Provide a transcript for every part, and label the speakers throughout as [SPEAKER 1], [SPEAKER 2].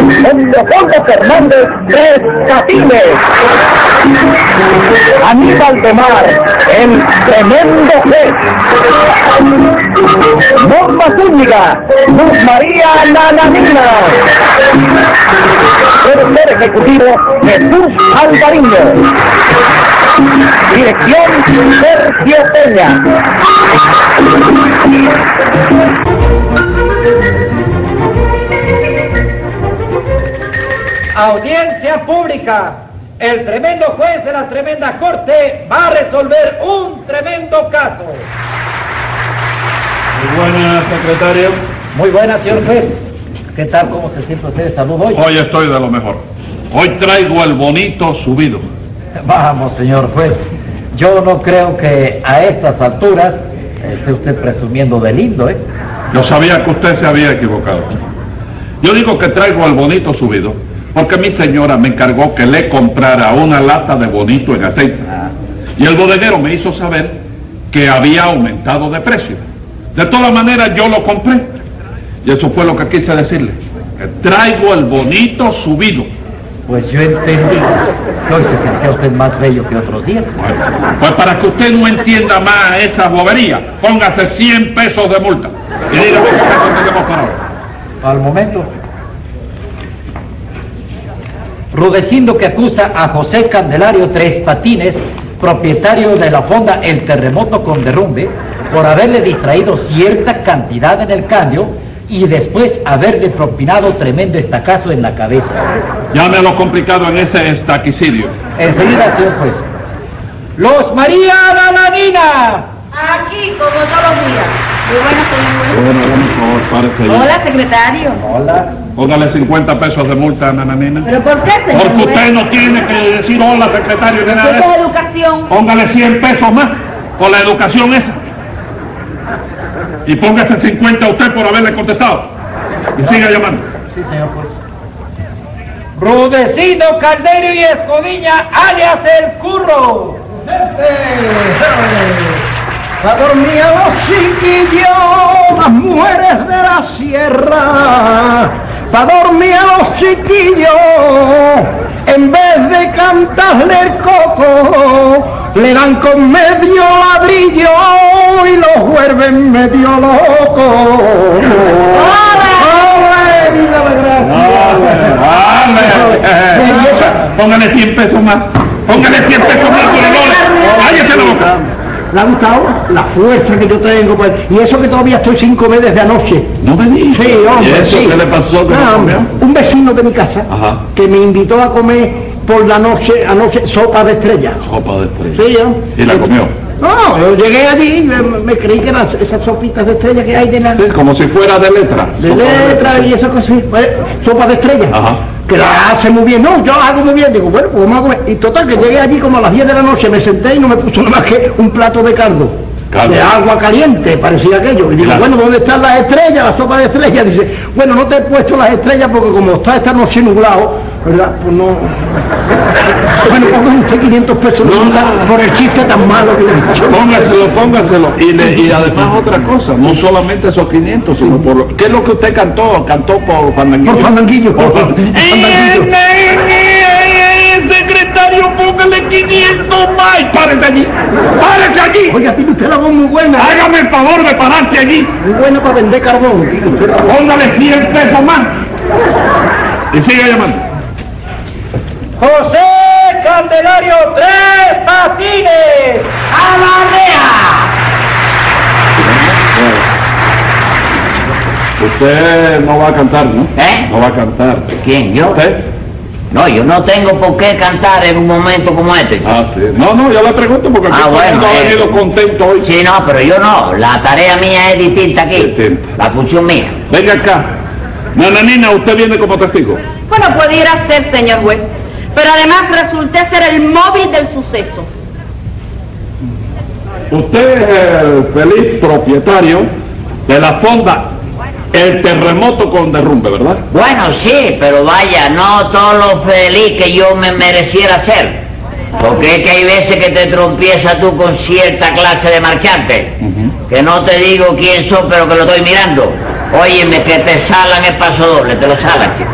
[SPEAKER 1] En Leopoldo Fernández Tres Catines. Aníbal de Mar, el tremendo juez. Norma Zúñiga, Luz María Nananina. Productor ejecutivo Jesús Alvariño. Dirección Sergio Peña.
[SPEAKER 2] Audiencia pública. El tremendo juez de la tremenda corte va a resolver un tremendo caso.
[SPEAKER 3] Muy buenas, secretario.
[SPEAKER 2] Muy buenas, señor juez. ¿Qué tal? ¿Cómo se siente usted de salud hoy?
[SPEAKER 3] Hoy estoy de lo mejor. Hoy traigo el bonito subido.
[SPEAKER 4] Vamos, señor juez. Yo no creo que a estas alturas esté usted presumiendo de lindo, ¿eh?
[SPEAKER 3] Yo sabía que usted se había equivocado. Yo digo que traigo el bonito subido porque mi señora me encargó que le comprara una lata de bonito en aceite. Y el bodeguero me hizo saber que había aumentado de precio. De todas maneras yo lo compré. Y eso fue lo que quise decirle. Que traigo el bonito subido.
[SPEAKER 4] Pues yo entendí que hoy se sentía usted más bello que otros días.
[SPEAKER 3] Bueno, pues para que usted no entienda más esas boberías, póngase 100 pesos de multa. Y dígame qué caso tenemos para hoy.
[SPEAKER 4] Al momento. Rudecindo que acusa a José Candelario Tres Patines, propietario de la fonda El Terremoto con Derrumbe, por haberle distraído cierta cantidad en el cambio y después haberle propinado tremendo estacazo en la cabeza.
[SPEAKER 3] Ya me lo complicado en ese estaquicidio.
[SPEAKER 4] Enseguida, señor juez. Los María Nananina.
[SPEAKER 5] Aquí, como todos los días. Muy buenas, señor
[SPEAKER 3] Bueno, bueno, por favor, párese
[SPEAKER 5] juez.
[SPEAKER 3] ya.
[SPEAKER 5] Hola, secretario.
[SPEAKER 4] Hola.
[SPEAKER 3] Póngale 50 pesos de multa a Nananina.
[SPEAKER 5] ¿Pero por qué, señor
[SPEAKER 3] Porque usted
[SPEAKER 5] juez?
[SPEAKER 3] no tiene que decir hola, secretario, ni nada de
[SPEAKER 5] Esto es
[SPEAKER 3] eso.
[SPEAKER 5] educación.
[SPEAKER 3] Póngale 100 pesos más por la educación esa. Y póngase 50 a usted por haberle contestado. Y siga llamando.
[SPEAKER 4] Sí, señor juez.
[SPEAKER 2] Rudecindo Caldero y Escodiña, alias El Curro.
[SPEAKER 6] La dormía los chiquillos, las mujeres de la sierra. La dormía los chiquillos, en vez de cantarle el coco, le dan con medio ladrillo y los vuelven medio loco. ¡Ole! ¡Viva la gracia!
[SPEAKER 3] ¡Dale! Póngale 100 pesos más. Póngale 100 pesos más por el ole. ¡Cállese la boca!
[SPEAKER 6] ¿Le ha gustado? La fuerza que yo tengo, pues. Y eso que todavía estoy sin comer desde anoche.
[SPEAKER 3] No me digas.
[SPEAKER 6] Sí, hombre,
[SPEAKER 3] ¿Y eso
[SPEAKER 6] sí.
[SPEAKER 3] qué le pasó? que no
[SPEAKER 6] Ah, hombre,
[SPEAKER 3] comió?
[SPEAKER 6] un vecino de mi casa
[SPEAKER 3] Ajá.
[SPEAKER 6] que me invitó a comer por la noche, anoche, sopa de estrella.
[SPEAKER 3] Sopa de estrella.
[SPEAKER 6] Sí, yo.
[SPEAKER 3] ¿Y la comió?
[SPEAKER 6] No, yo llegué allí y me, me creí que eran esas sopitas de estrella que hay de la...
[SPEAKER 3] Sí, como si fuera de letra.
[SPEAKER 6] De
[SPEAKER 3] Sopa
[SPEAKER 6] letra y esas cosas, pues, sopa de estrella.
[SPEAKER 3] Ajá.
[SPEAKER 6] Que la hace muy bien, no, yo la hago muy bien, digo, bueno, pues vamos a comer. Y total, que llegué allí como a las 10 de la noche, me senté y no me puso nada más que un plato de caldo.
[SPEAKER 3] Caldo.
[SPEAKER 6] De agua caliente, parecía aquello. Y digo,
[SPEAKER 3] Claro.
[SPEAKER 6] bueno, ¿dónde están las estrellas, la sopa de estrellas? Dice, bueno, no te he puesto las estrellas porque como está esta noche nublado, ¿verdad? Pues no... bueno, pongan usted 500 pesos de multa por el chiste tan malo que le he hecho.
[SPEAKER 3] Póngaselo, póngaselo. Y, le- y además otra cosa, no solamente esos 500, sino por... lo- ¿Qué es lo que usted cantó? ¿Cantó por Fandanguillo?
[SPEAKER 6] Por fandanguillo, por fandanguillo.
[SPEAKER 3] secretario, póngale 500 más. Párese allí, párese allí.
[SPEAKER 6] Oiga, tiene usted la voz muy buena,
[SPEAKER 3] Hágame el favor de pararse allí.
[SPEAKER 6] muy buena para vender carbón. tiene usted la voz.
[SPEAKER 3] Póngale 100 pesos más. Y siga llamando.
[SPEAKER 2] José Candelario Tres Patines. ¡A la rea!
[SPEAKER 3] Usted no va a cantar, ¿no?
[SPEAKER 7] ¿Eh?
[SPEAKER 3] No va a cantar.
[SPEAKER 7] ¿Quién? ¿Yo?
[SPEAKER 3] ¿Usted?
[SPEAKER 7] No, yo no tengo por qué cantar en un momento como este. chico.
[SPEAKER 3] Ah, sí. No, no, yo le pregunto porque aquí
[SPEAKER 7] Ah,
[SPEAKER 3] todo el mundo
[SPEAKER 7] bueno,
[SPEAKER 3] ha
[SPEAKER 7] eh.
[SPEAKER 3] venido contento hoy.
[SPEAKER 7] Sí, no, pero yo no. La tarea mía es distinta aquí.
[SPEAKER 3] Distinta.
[SPEAKER 7] La función mía.
[SPEAKER 3] Venga acá. Nananina, usted viene como testigo.
[SPEAKER 5] Bueno, pudiera ser, señor juez. Pero además resulté ser el móvil del suceso.
[SPEAKER 3] Usted es el feliz propietario de la fonda El Terremoto con Derrumbe, ¿verdad?
[SPEAKER 7] Bueno, sí, pero vaya, no todo lo feliz que yo me mereciera ser.
[SPEAKER 1] Porque es que hay veces que te tropiezas tú con cierta clase de marchante.
[SPEAKER 3] Ujú.
[SPEAKER 1] Que no te digo quién son, pero que lo estoy mirando. Óyeme, que te salan el paso doble, te lo salan, chico.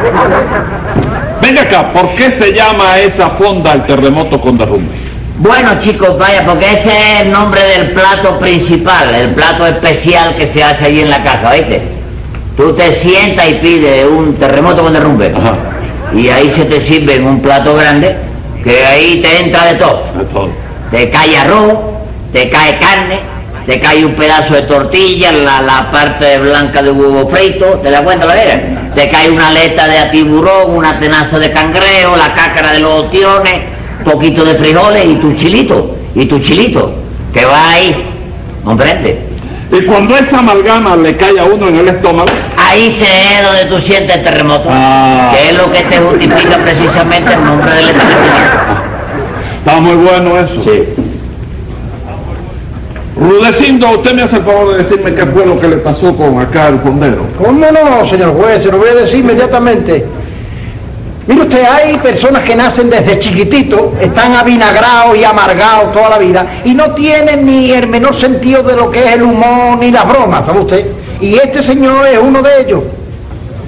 [SPEAKER 3] Venga acá, ¿por qué se llama esa fonda el terremoto con derrumbe?
[SPEAKER 1] Bueno, chicos, vaya, porque ese es el nombre del plato principal, el plato especial que se hace allí en la casa, ¿oíste? Tú te sientas y pides un terremoto con derrumbe.
[SPEAKER 3] Ajá.
[SPEAKER 1] Y ahí se te sirve en un plato grande, que ahí te entra de todo.
[SPEAKER 3] De todo.
[SPEAKER 1] Te cae arroz, te cae carne, te cae un pedazo de tortilla, la, la parte blanca de huevo frito, ¿te das cuenta, Valera? Te cae una aleta de atiburón, una tenaza de cangrejo, la cácara de los ostiones, poquito de frijoles y tu chilito, y tu chilito, que va ahí, ¿comprende?
[SPEAKER 3] Y cuando esa amalgama le cae a uno en el estómago,
[SPEAKER 1] Ahí se es donde tú sientes el terremoto,
[SPEAKER 3] Ah.
[SPEAKER 1] que es lo que te justifica precisamente el nombre del establecimiento.
[SPEAKER 3] está muy bueno eso. Rudecindo, usted me hace el favor de decirme qué fue lo que le pasó con acá el fondero.
[SPEAKER 6] ¿Cómo no, señor juez? Se lo voy a decir inmediatamente. Mire usted, hay personas que nacen desde chiquitito, están avinagrados y amargados toda la vida y no tienen ni el menor sentido de lo que es el humor ni las bromas, ¿sabe usted? Y este señor es uno de ellos.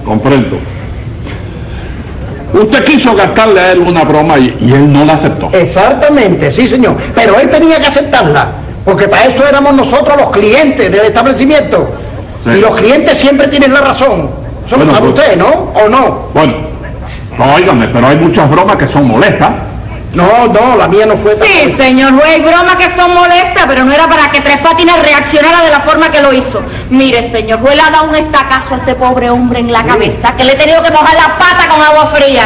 [SPEAKER 3] Comprendo. Usted quiso gastarle a él una broma y, y él no la aceptó.
[SPEAKER 6] Exactamente, sí señor. Pero él tenía que aceptarla, porque para eso éramos nosotros los clientes del establecimiento.
[SPEAKER 3] Sí.
[SPEAKER 6] Y los clientes siempre tienen la razón. Eso lo
[SPEAKER 3] Bueno,
[SPEAKER 6] sabe
[SPEAKER 3] pues-
[SPEAKER 6] usted, ¿no? ¿O no?
[SPEAKER 3] Bueno, óigame, pero hay muchas bromas que son molestas.
[SPEAKER 6] No, no, la mía no fue tan...
[SPEAKER 5] Sí, señor juez, hay bromas que son molestas, pero no era para que Tres Patines reaccionara de la forma que lo hizo. Mire, señor juez, le ha dado un estacazo a este pobre hombre en la cabeza, que le he tenido que mojar la pata con agua fría.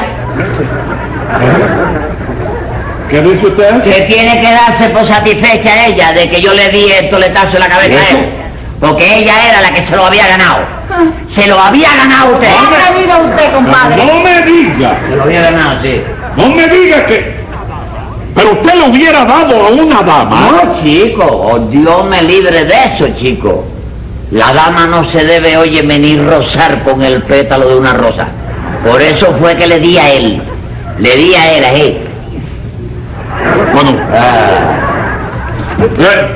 [SPEAKER 3] ¿Qué dice usted?
[SPEAKER 1] que tiene que darse por satisfecha ella de que yo le di el toletazo en la cabeza a
[SPEAKER 3] ¿Eso?
[SPEAKER 1] él. Porque ella era la que se lo había ganado. Se lo había ganado usted.
[SPEAKER 5] ¿Cómo ha venido usted, compadre?
[SPEAKER 3] No me diga,
[SPEAKER 1] Se lo había ganado, sí.
[SPEAKER 3] no me diga que... Pero usted le hubiera dado a una dama.
[SPEAKER 6] Ah.
[SPEAKER 1] No, chico, oh, Dios me libre de eso, chico. La dama no se debe, óyeme, ni rozar con el pétalo de una rosa. Por eso fue que le di a él. Le di a él, eh. ¿Ah?
[SPEAKER 3] Bueno, eh,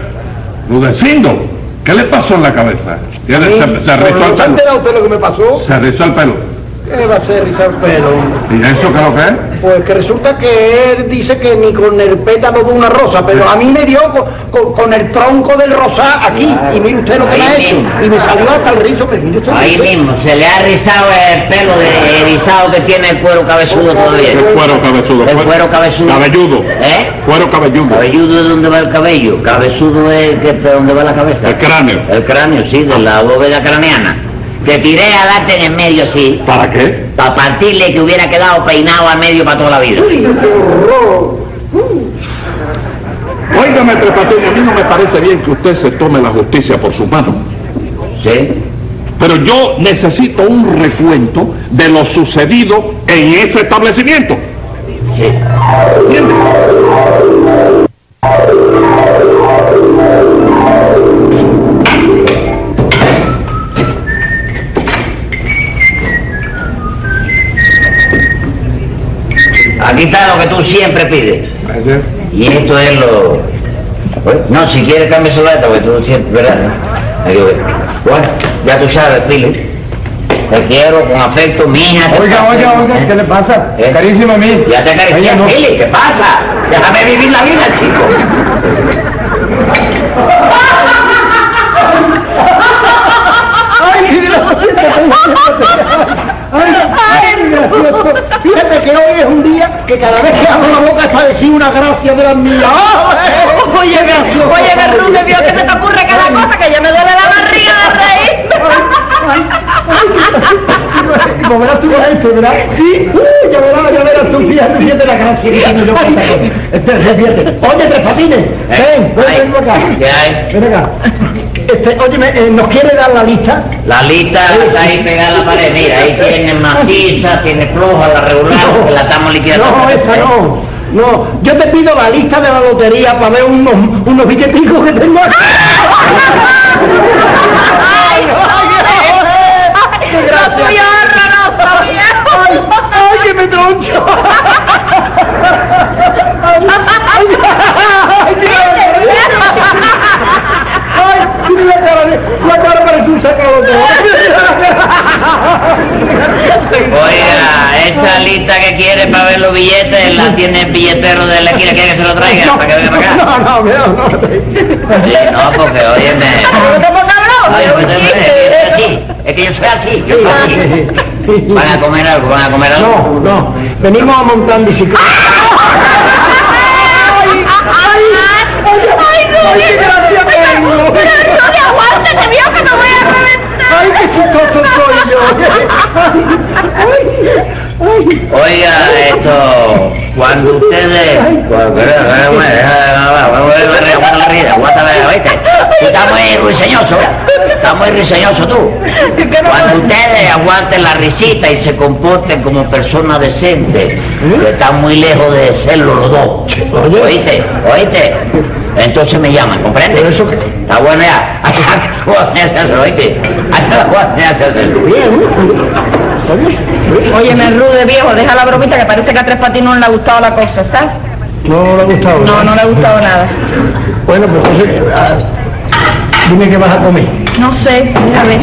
[SPEAKER 3] Rudecindo, ¿qué le pasó en la cabeza? Tiene- se, se
[SPEAKER 6] Pero
[SPEAKER 3] rizó el
[SPEAKER 6] ¿no ¿Se ha
[SPEAKER 3] pelo.
[SPEAKER 6] enterado usted lo que me pasó?
[SPEAKER 3] Se rizó el pelo.
[SPEAKER 6] ¿Qué va a ser rizar pelo?
[SPEAKER 3] ¿Y eso qué es lo que es?
[SPEAKER 6] Pues que resulta que él dice que ni con el pétalo de una rosa, pero a mí me dio con, con- con el tronco del rosá aquí. Y mire usted lo que me ha
[SPEAKER 1] Ahí
[SPEAKER 6] hecho.
[SPEAKER 1] mismo.
[SPEAKER 6] Y me salió hasta el rizo. Pues, mire usted,
[SPEAKER 1] Ahí
[SPEAKER 6] mire usted.
[SPEAKER 1] mismo, se le ha rizado el pelo de erizado que tiene el cuero cabezudo todavía.
[SPEAKER 3] El cuero cabezudo. pues.
[SPEAKER 1] El cuero cabezudo.
[SPEAKER 3] Cabelludo.
[SPEAKER 1] ¿Eh?
[SPEAKER 3] Cuero cabelludo.
[SPEAKER 1] Cabelludo es donde va el cabello, cabezudo es que, de donde va la cabeza.
[SPEAKER 3] El cráneo.
[SPEAKER 1] El cráneo, sí, de la bóveda craneana. Te tiré a darte en el medio, sí,
[SPEAKER 3] ¿Para qué?
[SPEAKER 1] para partirle que hubiera quedado peinado a medio para toda la vida.
[SPEAKER 6] Uy, qué horror.
[SPEAKER 3] Óigame, Tres Patines, a mí no me parece bien que usted se tome la justicia por sus manos.
[SPEAKER 1] ¿Sí?
[SPEAKER 3] Pero yo necesito un recuento de lo sucedido en ese establecimiento.
[SPEAKER 1] Sí. Aquí está lo que tú siempre pides.
[SPEAKER 3] Gracias.
[SPEAKER 1] Y esto es lo... Bueno, No, si quieres cambia su lata, porque tú siempre, ¿verdad? no? Hay que ver. Bueno, ya tú sabes, Pili. Te quiero con afecto, mi hija. te
[SPEAKER 7] Oiga,
[SPEAKER 1] quiero,
[SPEAKER 7] oiga, oiga,
[SPEAKER 1] ¿eh?
[SPEAKER 7] ¿qué le pasa?
[SPEAKER 1] ¿Eh?
[SPEAKER 7] Carísimo a mí.
[SPEAKER 1] Ya te acaricié,
[SPEAKER 7] Oiga, no.
[SPEAKER 1] Pili, ¿qué pasa? Déjame vivir la vida, chico.
[SPEAKER 6] Ay, gracias, ay, ay, gracias. Fíjate que hoy es un día que cada vez que abro la boca es para decir una gracia de las mías.
[SPEAKER 5] Oye, me- oye, Berrunde, vio que se te ocurre cada cosa, que ya me duele la barriga de reír.
[SPEAKER 6] Como verás tú verás esto, ¿verdad? Sí, Uy, ya verás, ya verás tú, fíjate, fíjate la gracia que tiene yo para hacer. Este, fíjate. Oye, Tres Patines,
[SPEAKER 1] Eh.
[SPEAKER 6] ven,
[SPEAKER 1] Ay,
[SPEAKER 6] ven, ven acá.
[SPEAKER 1] ¿Qué hay?
[SPEAKER 6] Ven acá. Este, óyeme, eh, ¿nos quiere dar la lista?
[SPEAKER 1] La lista está ahí pegada a la pared, mira, ahí tiene maciza, tiene floja, la regular, que la estamos liquidando.
[SPEAKER 6] No, esa Pues, no. No, yo te pido la lista de la lotería para ver unos, unos billeticos que tengo aquí.
[SPEAKER 5] Ay,
[SPEAKER 6] Qué gracia.
[SPEAKER 5] Muy horroroso,
[SPEAKER 6] ¡Ay,
[SPEAKER 5] viejo.
[SPEAKER 6] ay, que me troncho!
[SPEAKER 7] plata que quiere para ver los billetes la tiene el billetero de la esquina, quiere que se lo traiga para que venga para acá.
[SPEAKER 6] No, no, no, no.
[SPEAKER 7] Sí, no, porque óyeme.
[SPEAKER 5] Pero te pongas bravo,
[SPEAKER 7] Ay,
[SPEAKER 5] pero
[SPEAKER 7] pues,
[SPEAKER 5] un
[SPEAKER 7] es,
[SPEAKER 5] chiste.
[SPEAKER 7] que yo soy así, es que yo soy así, yo soy así. Van a comer algo, van a comer algo.
[SPEAKER 6] No, no. Venimos a montar en bicicleta.
[SPEAKER 5] ¡Ay, no!
[SPEAKER 6] ¡Ay, qué gracia tengo!
[SPEAKER 5] ¡Pero no te aguantes, te vio que me voy a reventar!
[SPEAKER 6] ¡Ay, qué chistoso soy yo!
[SPEAKER 7] Oiga, esto, cuando ustedes... Cuando- Déjame, déjame, déjame, aguanta la risa, aguanta la risa, ¿oíste? Tú estás muy ruiseñoso, ¿eh? estás muy ruiseñoso tú. Cuando ustedes aguanten la risita y se comporten como personas decentes, que están muy lejos de serlo los dos, ¿oíste? ¿Oíste? Entonces me llaman, ¿comprende?
[SPEAKER 6] Pero eso que-
[SPEAKER 7] Está bueno ya. Acabo de hacerlo, ¿oíste? Acabo de hacerlo.
[SPEAKER 5] Oye, me rude viejo, deja la bromita que parece que a Tres Patines no le ha gustado la cosa, ¿sabes?
[SPEAKER 6] No le ha gustado.
[SPEAKER 5] No, no le ha gustado nada.
[SPEAKER 6] Bueno, pues entonces, ah, dime qué vas a comer.
[SPEAKER 5] No sé, a ver.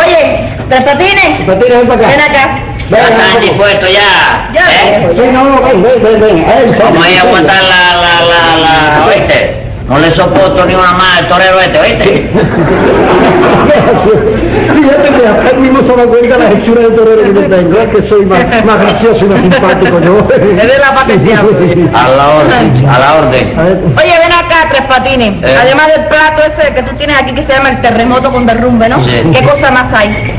[SPEAKER 5] Oye, Tres Patines,
[SPEAKER 6] Patines, ven para
[SPEAKER 5] ven
[SPEAKER 6] acá.
[SPEAKER 5] acá.
[SPEAKER 6] Ven,
[SPEAKER 7] Ya están
[SPEAKER 6] ven,
[SPEAKER 7] dispuestos ya.
[SPEAKER 5] Ya,
[SPEAKER 7] ¿eh?
[SPEAKER 6] ven, no, no, ven, ven, ven, ven. Ven,
[SPEAKER 7] Como
[SPEAKER 6] ven,
[SPEAKER 7] ella
[SPEAKER 6] ven.
[SPEAKER 7] aguanta la, la, la, la, oíste. No le soporto ni una más al torero este, oíste.
[SPEAKER 6] Fíjate que hasta él mismo se da cuenta las hechuras de torero que yo tengo, es que soy más, más gracioso y más simpático yo.
[SPEAKER 5] Eres la patecia.
[SPEAKER 7] A la orden, a la orden.
[SPEAKER 6] A ver,
[SPEAKER 5] Oye, ven acá, Tres Patines.
[SPEAKER 7] Eh.
[SPEAKER 5] Además del plato ese que tú tienes aquí que se llama el terremoto con derrumbe, ¿no?
[SPEAKER 7] Sí.
[SPEAKER 5] ¿Qué cosa más hay?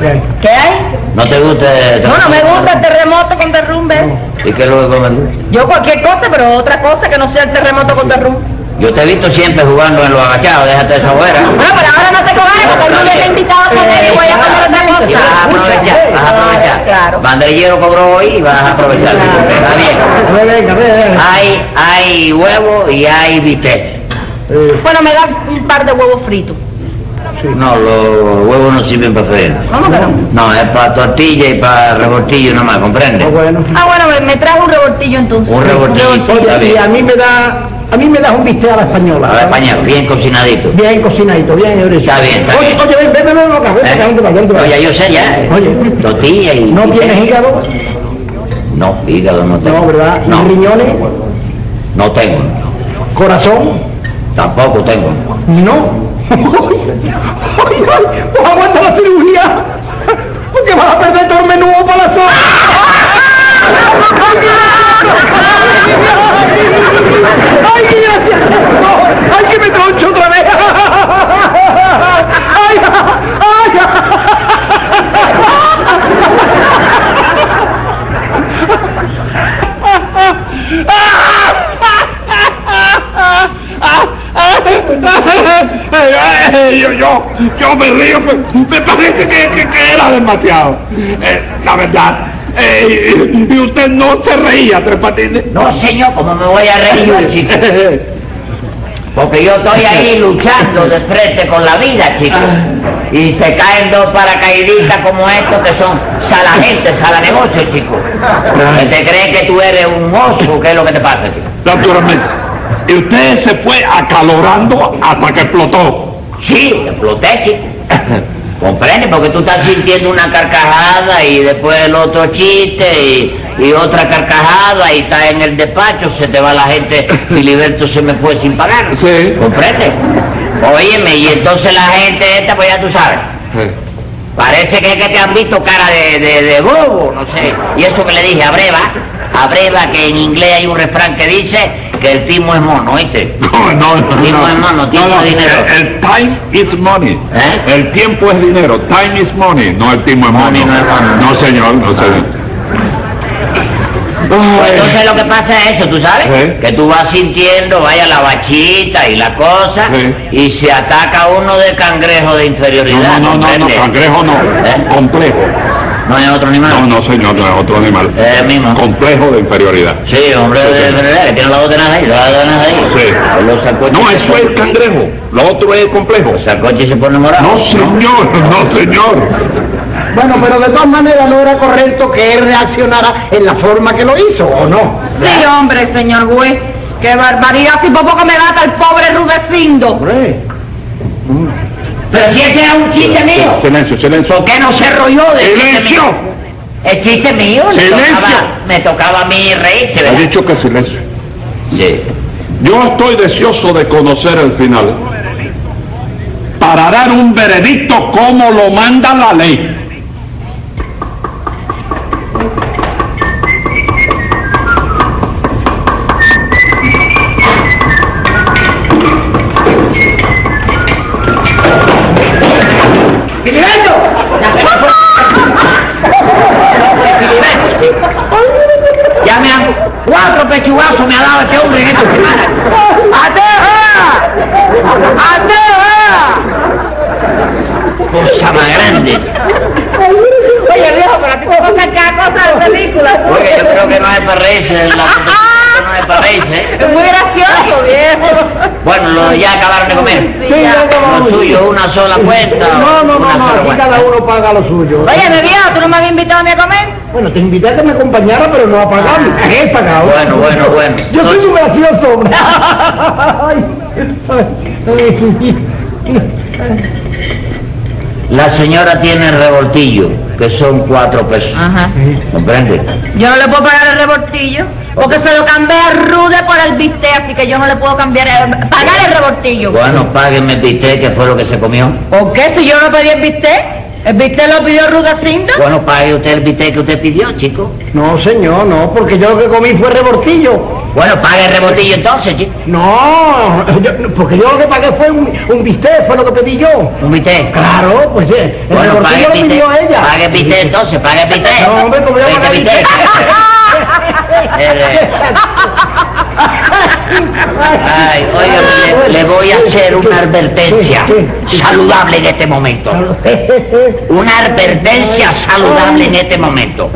[SPEAKER 6] ven.
[SPEAKER 5] ¿Qué hay?
[SPEAKER 7] No te guste.
[SPEAKER 5] No, no me gusta este- el terremoto con derrumbe.
[SPEAKER 7] ¿Y qué es lo que comen?
[SPEAKER 5] Yo cualquier cosa, pero otra cosa que no sea el terremoto con derrumbe.
[SPEAKER 7] Yo te he visto siempre jugando en los agachados, déjate esa fuera.
[SPEAKER 5] Bueno, pero ahora no te cobarde porque yo te he invitado a comer y voy a comer otra
[SPEAKER 7] Y vas a
[SPEAKER 5] cosa.
[SPEAKER 7] aprovechar, vas a aprovechar.
[SPEAKER 5] Ah, Claro.
[SPEAKER 7] Banderillero cobró hoy y vas a aprovechar. Está bien.
[SPEAKER 6] A ver, venga, venga.
[SPEAKER 7] Hay, hay huevo y hay bistec.
[SPEAKER 6] Eh,
[SPEAKER 5] Bueno, me das un par de huevos fritos.
[SPEAKER 7] No, los huevos no sirven para freír.
[SPEAKER 6] Eh,
[SPEAKER 5] ¿Cómo que no?
[SPEAKER 7] No, es para tortilla y para revoltillo nomás,
[SPEAKER 6] ah,
[SPEAKER 7] ¿comprende?
[SPEAKER 6] bueno.
[SPEAKER 5] Ah, bueno, me, me traes un revoltillo entonces.
[SPEAKER 7] Un revoltillito, está
[SPEAKER 6] Oye, y a
[SPEAKER 7] bien.
[SPEAKER 6] mí me da, a mí me das un bistec a la española.
[SPEAKER 7] A la española, bien cocinadito.
[SPEAKER 6] Bien cocinadito, bien hebreo.
[SPEAKER 7] Está bien, está
[SPEAKER 6] oye,
[SPEAKER 7] bien.
[SPEAKER 6] oye, ven, ven, ven, ven, acá, ven,
[SPEAKER 7] ¿Eh?
[SPEAKER 6] acá, vente para acá, vente para acá.
[SPEAKER 7] Oye, yo sé ya. eh.
[SPEAKER 6] Oye.
[SPEAKER 7] Tortilla y...
[SPEAKER 6] ¿No
[SPEAKER 7] bistec.
[SPEAKER 6] tienes hígado?
[SPEAKER 7] No, hígado no tengo.
[SPEAKER 6] No, ¿verdad? ¿Ni
[SPEAKER 7] No,
[SPEAKER 6] riñones?
[SPEAKER 7] no tengo.
[SPEAKER 6] ¿Corazón?
[SPEAKER 7] Tampoco tengo.
[SPEAKER 6] No. ¡Ay, ay! ¡Pues aguanta la cirugía! Porque vas a perder todo el menudo para la sopa. ¡Ay, qué gracia! ¡Ay, que me troncho otra vez! ¡Ay, ay!
[SPEAKER 3] Eh, Yo, yo, yo me río, me, me parece que, que- que era demasiado. Eh, la verdad. Eh, y, y usted no se reía, Tres Patines.
[SPEAKER 7] No, señor, ¿cómo me voy a reír yo, chico? Porque yo estoy ahí luchando de frente con la vida, chico. Y se caen dos paracaidistas como estos que son sala gente, sala negocio, chico. Que te creen que tú eres un oso, ¿qué es lo que te pasa, chico?
[SPEAKER 3] Naturalmente. Y usted se fue acalorando hasta que explotó.
[SPEAKER 7] Sí, exploté, chico. Comprende, porque tú estás sintiendo una carcajada y después el otro chiste y, y otra carcajada y estás en el despacho, se te va la gente y Liberto se me fue sin pagar.
[SPEAKER 3] Sí.
[SPEAKER 7] ¿Comprende? Óyeme, y entonces la gente esta, pues ya tú sabes, parece que, que te han visto cara de, de, de bobo, no sé. Y eso que le dije a Breva, a Breva que en inglés hay un refrán que dice que el timo es mono, ¿oíste?
[SPEAKER 3] No, no, no. eh,
[SPEAKER 7] Timo es mono, timo es dinero.
[SPEAKER 3] El, el time is money.
[SPEAKER 7] ¿Eh?
[SPEAKER 3] El tiempo es dinero. Time is money. No el timo es
[SPEAKER 7] Money
[SPEAKER 3] mono.
[SPEAKER 7] no es mono.
[SPEAKER 3] No, señor, no señor.
[SPEAKER 7] Pues
[SPEAKER 3] Ay.
[SPEAKER 7] entonces lo que pasa es eso, ¿tú sabes?
[SPEAKER 3] eh. Sí.
[SPEAKER 7] Que tú vas sintiendo, vaya la bachita y la cosa,
[SPEAKER 3] Sí.
[SPEAKER 7] y se ataca uno de cangrejo
[SPEAKER 3] No,
[SPEAKER 7] de inferioridad.
[SPEAKER 3] no, no, no, no,
[SPEAKER 7] ¿comprende?
[SPEAKER 3] cangrejo no,
[SPEAKER 7] ¿Eh?
[SPEAKER 3] complejo.
[SPEAKER 7] No hay otro animal.
[SPEAKER 3] No, no, señor, no es otro animal.
[SPEAKER 7] Es el Eh, mismo.
[SPEAKER 3] Complejo de inferioridad.
[SPEAKER 7] Sí, hombre de inferioridad, que tiene la dos tenas ahí, las dos tenas ahí.
[SPEAKER 3] Sí.
[SPEAKER 7] Los sacoches
[SPEAKER 3] No,
[SPEAKER 7] se
[SPEAKER 3] eso es
[SPEAKER 7] ponen-
[SPEAKER 3] cangrejo, lo otro es complejo.
[SPEAKER 7] Los sacoches se ponen morados.
[SPEAKER 3] No, señor, no, señor.
[SPEAKER 6] Bueno, pero de todas maneras no era correcto que él reaccionara en la forma que lo hizo, ¿o no?
[SPEAKER 5] Sí, hombre, señor juez. Qué barbaridad, si por poco me mata el pobre Rudecindo.
[SPEAKER 6] Hombre.
[SPEAKER 7] Pero si ese era un chiste mío,
[SPEAKER 3] Silencio, silencio.
[SPEAKER 7] ¿por qué no se rolló de chiste mío?
[SPEAKER 3] ¡Silencio!
[SPEAKER 7] El chiste mío le
[SPEAKER 3] Silencio.
[SPEAKER 7] tocaba, me tocaba a mí reírse,
[SPEAKER 3] Ha
[SPEAKER 7] ¿verdad?
[SPEAKER 3] dicho que silencio.
[SPEAKER 7] Sí.
[SPEAKER 3] Yo estoy deseoso de conocer el final. Para dar un veredicto como lo manda la ley.
[SPEAKER 7] Filiberto, sí. Ya me han... Cuatro pechugazos me ha dado este hombre en esta semana. ¡Ateja! ¡Ateja! Cosa más grande.
[SPEAKER 5] Oye, viejo, pero a ti te pasan cada cosa ridícula.
[SPEAKER 7] Oye, yo creo que no es para reírse. La no es para reírse. ¿eh?
[SPEAKER 5] Es muy gracioso, viejo.
[SPEAKER 7] Bueno, lo, ya acabaron de comer.
[SPEAKER 5] Sí, ya.
[SPEAKER 7] Lo suyo, una sola cuenta.
[SPEAKER 6] No, no, no, no,
[SPEAKER 7] una sola
[SPEAKER 6] aquí
[SPEAKER 7] cuenta.
[SPEAKER 6] cada uno paga lo suyo.
[SPEAKER 5] Oye, mi viejo, ¿tú no me habías invitado a mí a comer?
[SPEAKER 6] Bueno, te invité a que me acompañara, pero no a pagarme.
[SPEAKER 7] Ah,
[SPEAKER 6] He pagado.
[SPEAKER 7] Bueno, bueno, bueno.
[SPEAKER 6] Yo soy un gracioso, hombre. Ay, ay,
[SPEAKER 7] La señora tiene el revoltillo, que son cuatro pesos.
[SPEAKER 6] Ah.
[SPEAKER 5] Ajá.
[SPEAKER 7] ¿Comprende?
[SPEAKER 5] Yo no le puedo pagar el rebortillo. Porque se lo cambié a Rude por el bistec, así que yo no le puedo cambiar el- pagar el rebortillo.
[SPEAKER 7] Bueno, páguenme el bistec, que fue lo que se comió.
[SPEAKER 5] ¿Por qué? Si yo no pedí el bistec. ¿El bistec lo pidió Rudacinda?
[SPEAKER 7] Bueno, pague usted el bistec que usted pidió, chico.
[SPEAKER 6] No, señor, no, porque yo lo que comí fue rebortillo.
[SPEAKER 7] Bueno, pague el rebotillo entonces, chico.
[SPEAKER 6] No, yo- porque yo lo que pagué fue un, un bistec, fue lo que pedí yo.
[SPEAKER 7] Un bistec.
[SPEAKER 6] Claro, pues eh, el
[SPEAKER 7] Bueno, pague
[SPEAKER 6] rebortillo
[SPEAKER 7] el
[SPEAKER 6] lo
[SPEAKER 7] bistec.
[SPEAKER 6] pidió ella.
[SPEAKER 7] Pague el bistec entonces, pague el bistec.
[SPEAKER 6] No, hombre, ¿cómo le voy a
[SPEAKER 7] Veinte
[SPEAKER 6] pagar el
[SPEAKER 7] bistec. Eh, Ay, oiga, le, le voy a hacer una advertencia saludable en este momento.
[SPEAKER 6] Eh,
[SPEAKER 7] Una advertencia saludable en este momento.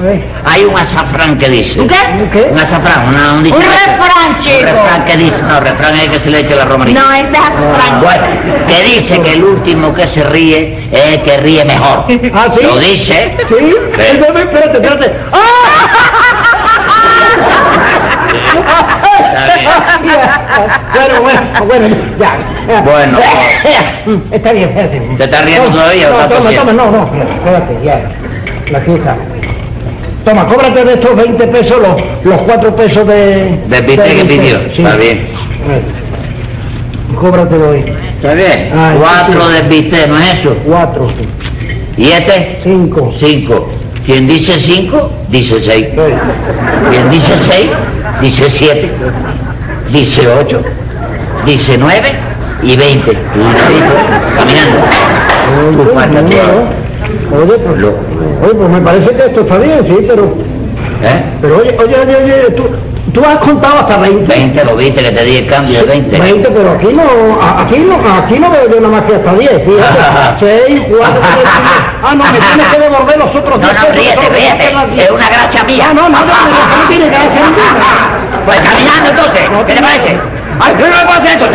[SPEAKER 7] Hay un azafrán que dice.
[SPEAKER 5] ¿Un qué?
[SPEAKER 6] ¿Qué?
[SPEAKER 7] Un azafrán, una, un dicho.
[SPEAKER 5] refrán,
[SPEAKER 7] Un
[SPEAKER 5] chico.
[SPEAKER 7] refrán que dice. No, refrán es el que se le echa la romanita.
[SPEAKER 5] No, este es azafrán.
[SPEAKER 7] Bueno, que dice que el último que se ríe es el que ríe mejor.
[SPEAKER 6] ¿Ah, sí?
[SPEAKER 7] Lo dice.
[SPEAKER 6] ¿Sí?
[SPEAKER 7] Sí.
[SPEAKER 6] Entonces, espérate, espérate.
[SPEAKER 7] Está bien.
[SPEAKER 6] Bueno, bueno, bueno, ya. ya.
[SPEAKER 7] Bueno,
[SPEAKER 6] Está bien, espérate.
[SPEAKER 7] ¿te estás riendo todavía o
[SPEAKER 6] No,
[SPEAKER 7] estás
[SPEAKER 6] toma,
[SPEAKER 7] tosiendo?
[SPEAKER 6] toma, no, no, espérate, ya. La fiesta. Toma, cóbrate de estos 20 pesos los, los 4 pesos de...
[SPEAKER 7] Del bistec que pidió, está bien.
[SPEAKER 6] Eh, Cóbratelo hoy.
[SPEAKER 7] Está bien.
[SPEAKER 6] Ay,
[SPEAKER 7] Cuatro
[SPEAKER 6] Ah, sí.
[SPEAKER 7] de bistec, ¿no es eso?
[SPEAKER 6] 4,
[SPEAKER 7] ¿Y este?
[SPEAKER 6] 5.
[SPEAKER 7] Cinco. Quien dice cinco, dice seis. Quien dice seis, dice siete. Dice ocho. Dice nueve y veinte. Y sigo caminando. Tú pásate.
[SPEAKER 6] Oye, pues, oye, pues me parece que esto está bien, sí, pero...
[SPEAKER 7] ¿Eh?
[SPEAKER 6] Pero oye, oye, oye, oye, tú, tú has contado hasta 20.
[SPEAKER 7] Veinte, lo viste que te di el cambio de veinte.
[SPEAKER 6] 20, pero aquí no, a- aquí no, aquí no veo yo nada más que hasta 10, fíjate. 6, 4, 5. Ah, no, me tienes que devolver los otros
[SPEAKER 7] No,
[SPEAKER 6] 10.
[SPEAKER 7] no, ríete, ríete. Es una gracia mía.
[SPEAKER 6] No, no, no, no, no, no tiene que hacer nada.
[SPEAKER 7] Pues caminando entonces, ¿qué te parece? ¡Ay, qué no pasa esto!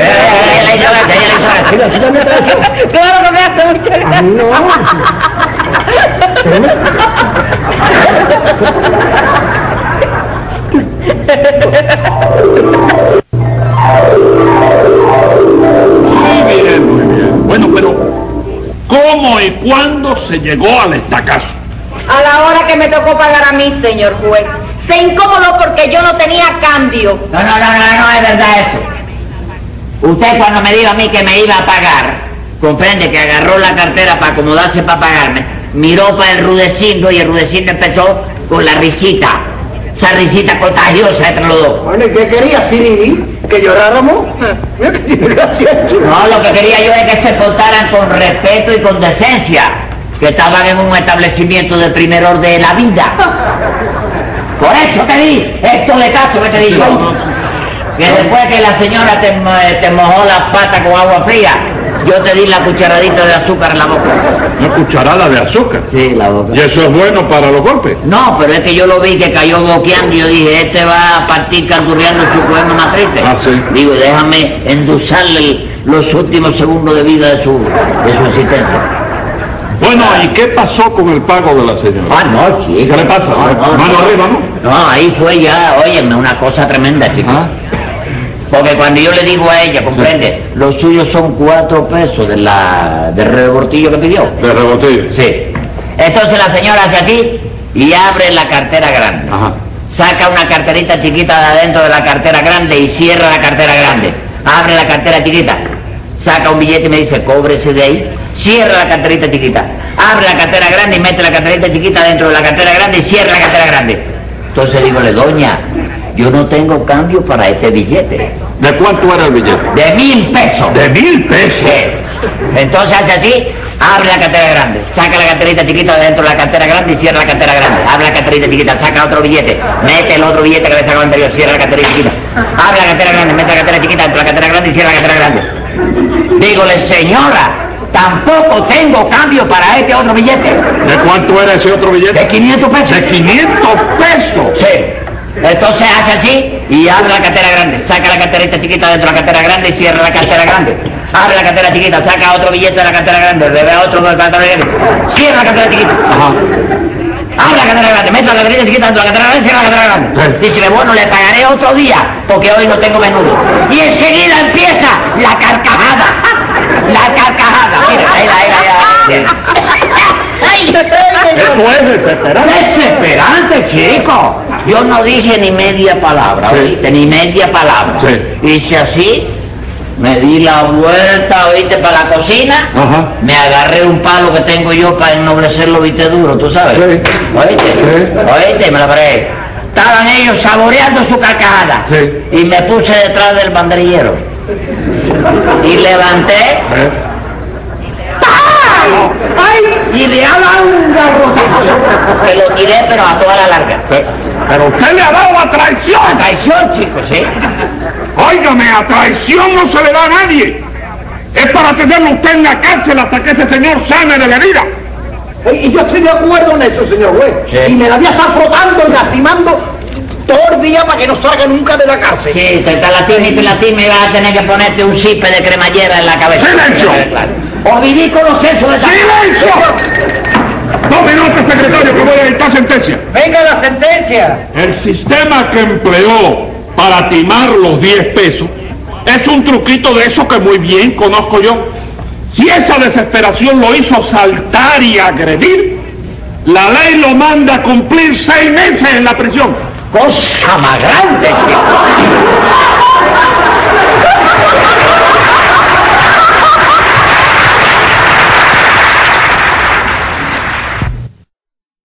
[SPEAKER 7] ¡Eh, la ignorancia, la ignorancia!
[SPEAKER 6] Mira, si ya me traes tú.
[SPEAKER 5] Claro que me hace mucha
[SPEAKER 6] A mí no. Pero me-
[SPEAKER 3] Muy bien, muy bien. Bueno, pero ¿cómo y cuándo se llegó al estacazo?
[SPEAKER 5] A la hora que me tocó pagar a mí, señor juez. Se incomodó porque yo no tenía cambio.
[SPEAKER 7] No, no, no, no, no es verdad eso. Usted cuando me dijo a mí que me iba a pagar, comprende que agarró la cartera para acomodarse para pagarme, miró para el rudecindo y el rudecindo empezó con la risita, esa risita contagiosa entre los dos.
[SPEAKER 6] Bueno, ¿y qué querías, Piriri? ¿Que lloráramos?
[SPEAKER 2] Ah.
[SPEAKER 6] Mira que tiene que hacer tú.
[SPEAKER 7] No, lo que quería yo es que se portaran con respeto y con decencia, que estaban en un establecimiento de primer orden de la vida. Por eso te di esto de caso que te di yo. Que después que la señora te, mo- eh, te mojó las patas con agua fría, yo te di la cucharadita de azúcar en la boca.
[SPEAKER 3] Una cucharada de azúcar.
[SPEAKER 7] Sí, la boca.
[SPEAKER 3] Y eso es bueno para los golpes.
[SPEAKER 7] No, pero es que yo lo vi que cayó boqueando y yo dije, este va a partir canturreando su poema más triste.
[SPEAKER 3] Ah, sí.
[SPEAKER 7] Digo, déjame endulzarle los últimos segundos de vida de su, de su existencia.
[SPEAKER 3] Bueno, ¿y qué pasó con el pago de la señora?
[SPEAKER 7] Ah, no, chico.
[SPEAKER 3] ¿Qué le pasa?
[SPEAKER 7] No, no,
[SPEAKER 3] Mano
[SPEAKER 7] no.
[SPEAKER 3] arriba,
[SPEAKER 7] Ah. No, ahí fue ya, óyeme, una cosa tremenda, chico. Porque cuando yo le digo a ella, comprende, los suyos son cuatro pesos de la, del rebortillo que pidió.
[SPEAKER 3] De rebotillo.
[SPEAKER 7] Sí. Entonces la señora hace aquí y abre la cartera grande.
[SPEAKER 3] Ajá.
[SPEAKER 7] Saca una carterita chiquita de adentro de la cartera grande y cierra la cartera grande. Abre la cartera chiquita. Saca un billete y me dice, cóbrese de ahí. Cierra la carterita chiquita. Abre la cartera grande y mete la carterita chiquita dentro de la cartera grande y cierra la cartera grande. Entonces dígole, doña, yo no tengo cambio para este billete.
[SPEAKER 3] ¿De cuánto era el billete?
[SPEAKER 7] De mil pesos.
[SPEAKER 3] De mil pesos.
[SPEAKER 7] Sí. Entonces hace así, abre la cartera grande, saca la carterita chiquita de dentro de la cartera grande y cierra la cartera grande. Abre la carterita chiquita, saca otro billete, mete el otro billete que le sacó anterior, cierra la cartera chiquita. Abre la cartera grande, mete la cartera chiquita dentro de la cartera grande y cierra la cartera grande. Dígole, señora, tampoco tengo cambio para este otro billete.
[SPEAKER 3] ¿De cuánto era ese otro billete?
[SPEAKER 7] De 500 pesos.
[SPEAKER 3] De 500 pesos.
[SPEAKER 7] Sí. Entonces hace así y abre la cartera grande, saca la carterita chiquita dentro de la cartera grande y cierra la cartera grande. Abre la cartera chiquita, saca otro billete de la cartera grande, bebe otro de la cartera grande, cierra la cartera chiquita. Abre la cartera grande, mete la cartera chiquita dentro de la cartera grande, cierra la cartera grande. Dice, bueno, le pagaré otro día porque hoy no tengo menudo. Y enseguida empieza la carcajada. La carcajada. Mira, ahí, ahí, ahí, ahí, ahí.
[SPEAKER 5] ¡Ay!
[SPEAKER 3] Eso es desesperante.
[SPEAKER 7] Desesperante, chico. Yo no dije ni media palabra,
[SPEAKER 3] Sí.
[SPEAKER 7] ¿oíste? Ni media palabra.
[SPEAKER 3] Sí.
[SPEAKER 7] Hice así, me di la vuelta, ¿oíste? Para la cocina.
[SPEAKER 3] Ajá.
[SPEAKER 7] Me agarré un palo que tengo yo para ennoblecerlo, ¿viste? Duro, ¿tú sabes?
[SPEAKER 3] Sí.
[SPEAKER 7] ¿Oíste?
[SPEAKER 3] Sí.
[SPEAKER 7] ¿Oíste? Me la paré. Estaban ellos saboreando su carcajada.
[SPEAKER 3] Sí.
[SPEAKER 7] Y me puse detrás del banderillero. Y levanté
[SPEAKER 3] ¿Eh?
[SPEAKER 7] y le ha dado un garrotazo. Que lo tiré, pero a toda la larga.
[SPEAKER 3] Pe- Pero usted le ha dado la
[SPEAKER 7] A
[SPEAKER 3] traición.
[SPEAKER 7] traición, chicos, ¿sí?
[SPEAKER 3] Óigame, a traición no se le da a nadie. Es para tenerlo usted en la cárcel hasta que ese señor sane de la herida.
[SPEAKER 6] Y yo estoy de acuerdo en eso, señor juez.
[SPEAKER 7] Sí.
[SPEAKER 6] Y me la voy a estar frotando y lastimando todo el día para que no salga nunca de la cárcel.
[SPEAKER 7] Sí, te está latín y te latín y vas a tener que ponerte un zipe de cremallera en la cabeza.
[SPEAKER 3] ¡Silencio!
[SPEAKER 7] Claro. Ovidíconos eso de esa-
[SPEAKER 3] ¡Silencio! Tome nota, secretario, que voy a dictar sentencia.
[SPEAKER 2] Venga la sentencia.
[SPEAKER 3] El sistema que empleó para timar los 10 pesos es un truquito de eso que muy bien conozco yo. Si esa desesperación lo hizo saltar y agredir, la ley lo manda a cumplir seis meses en la prisión.
[SPEAKER 7] Cosa más grande, chico.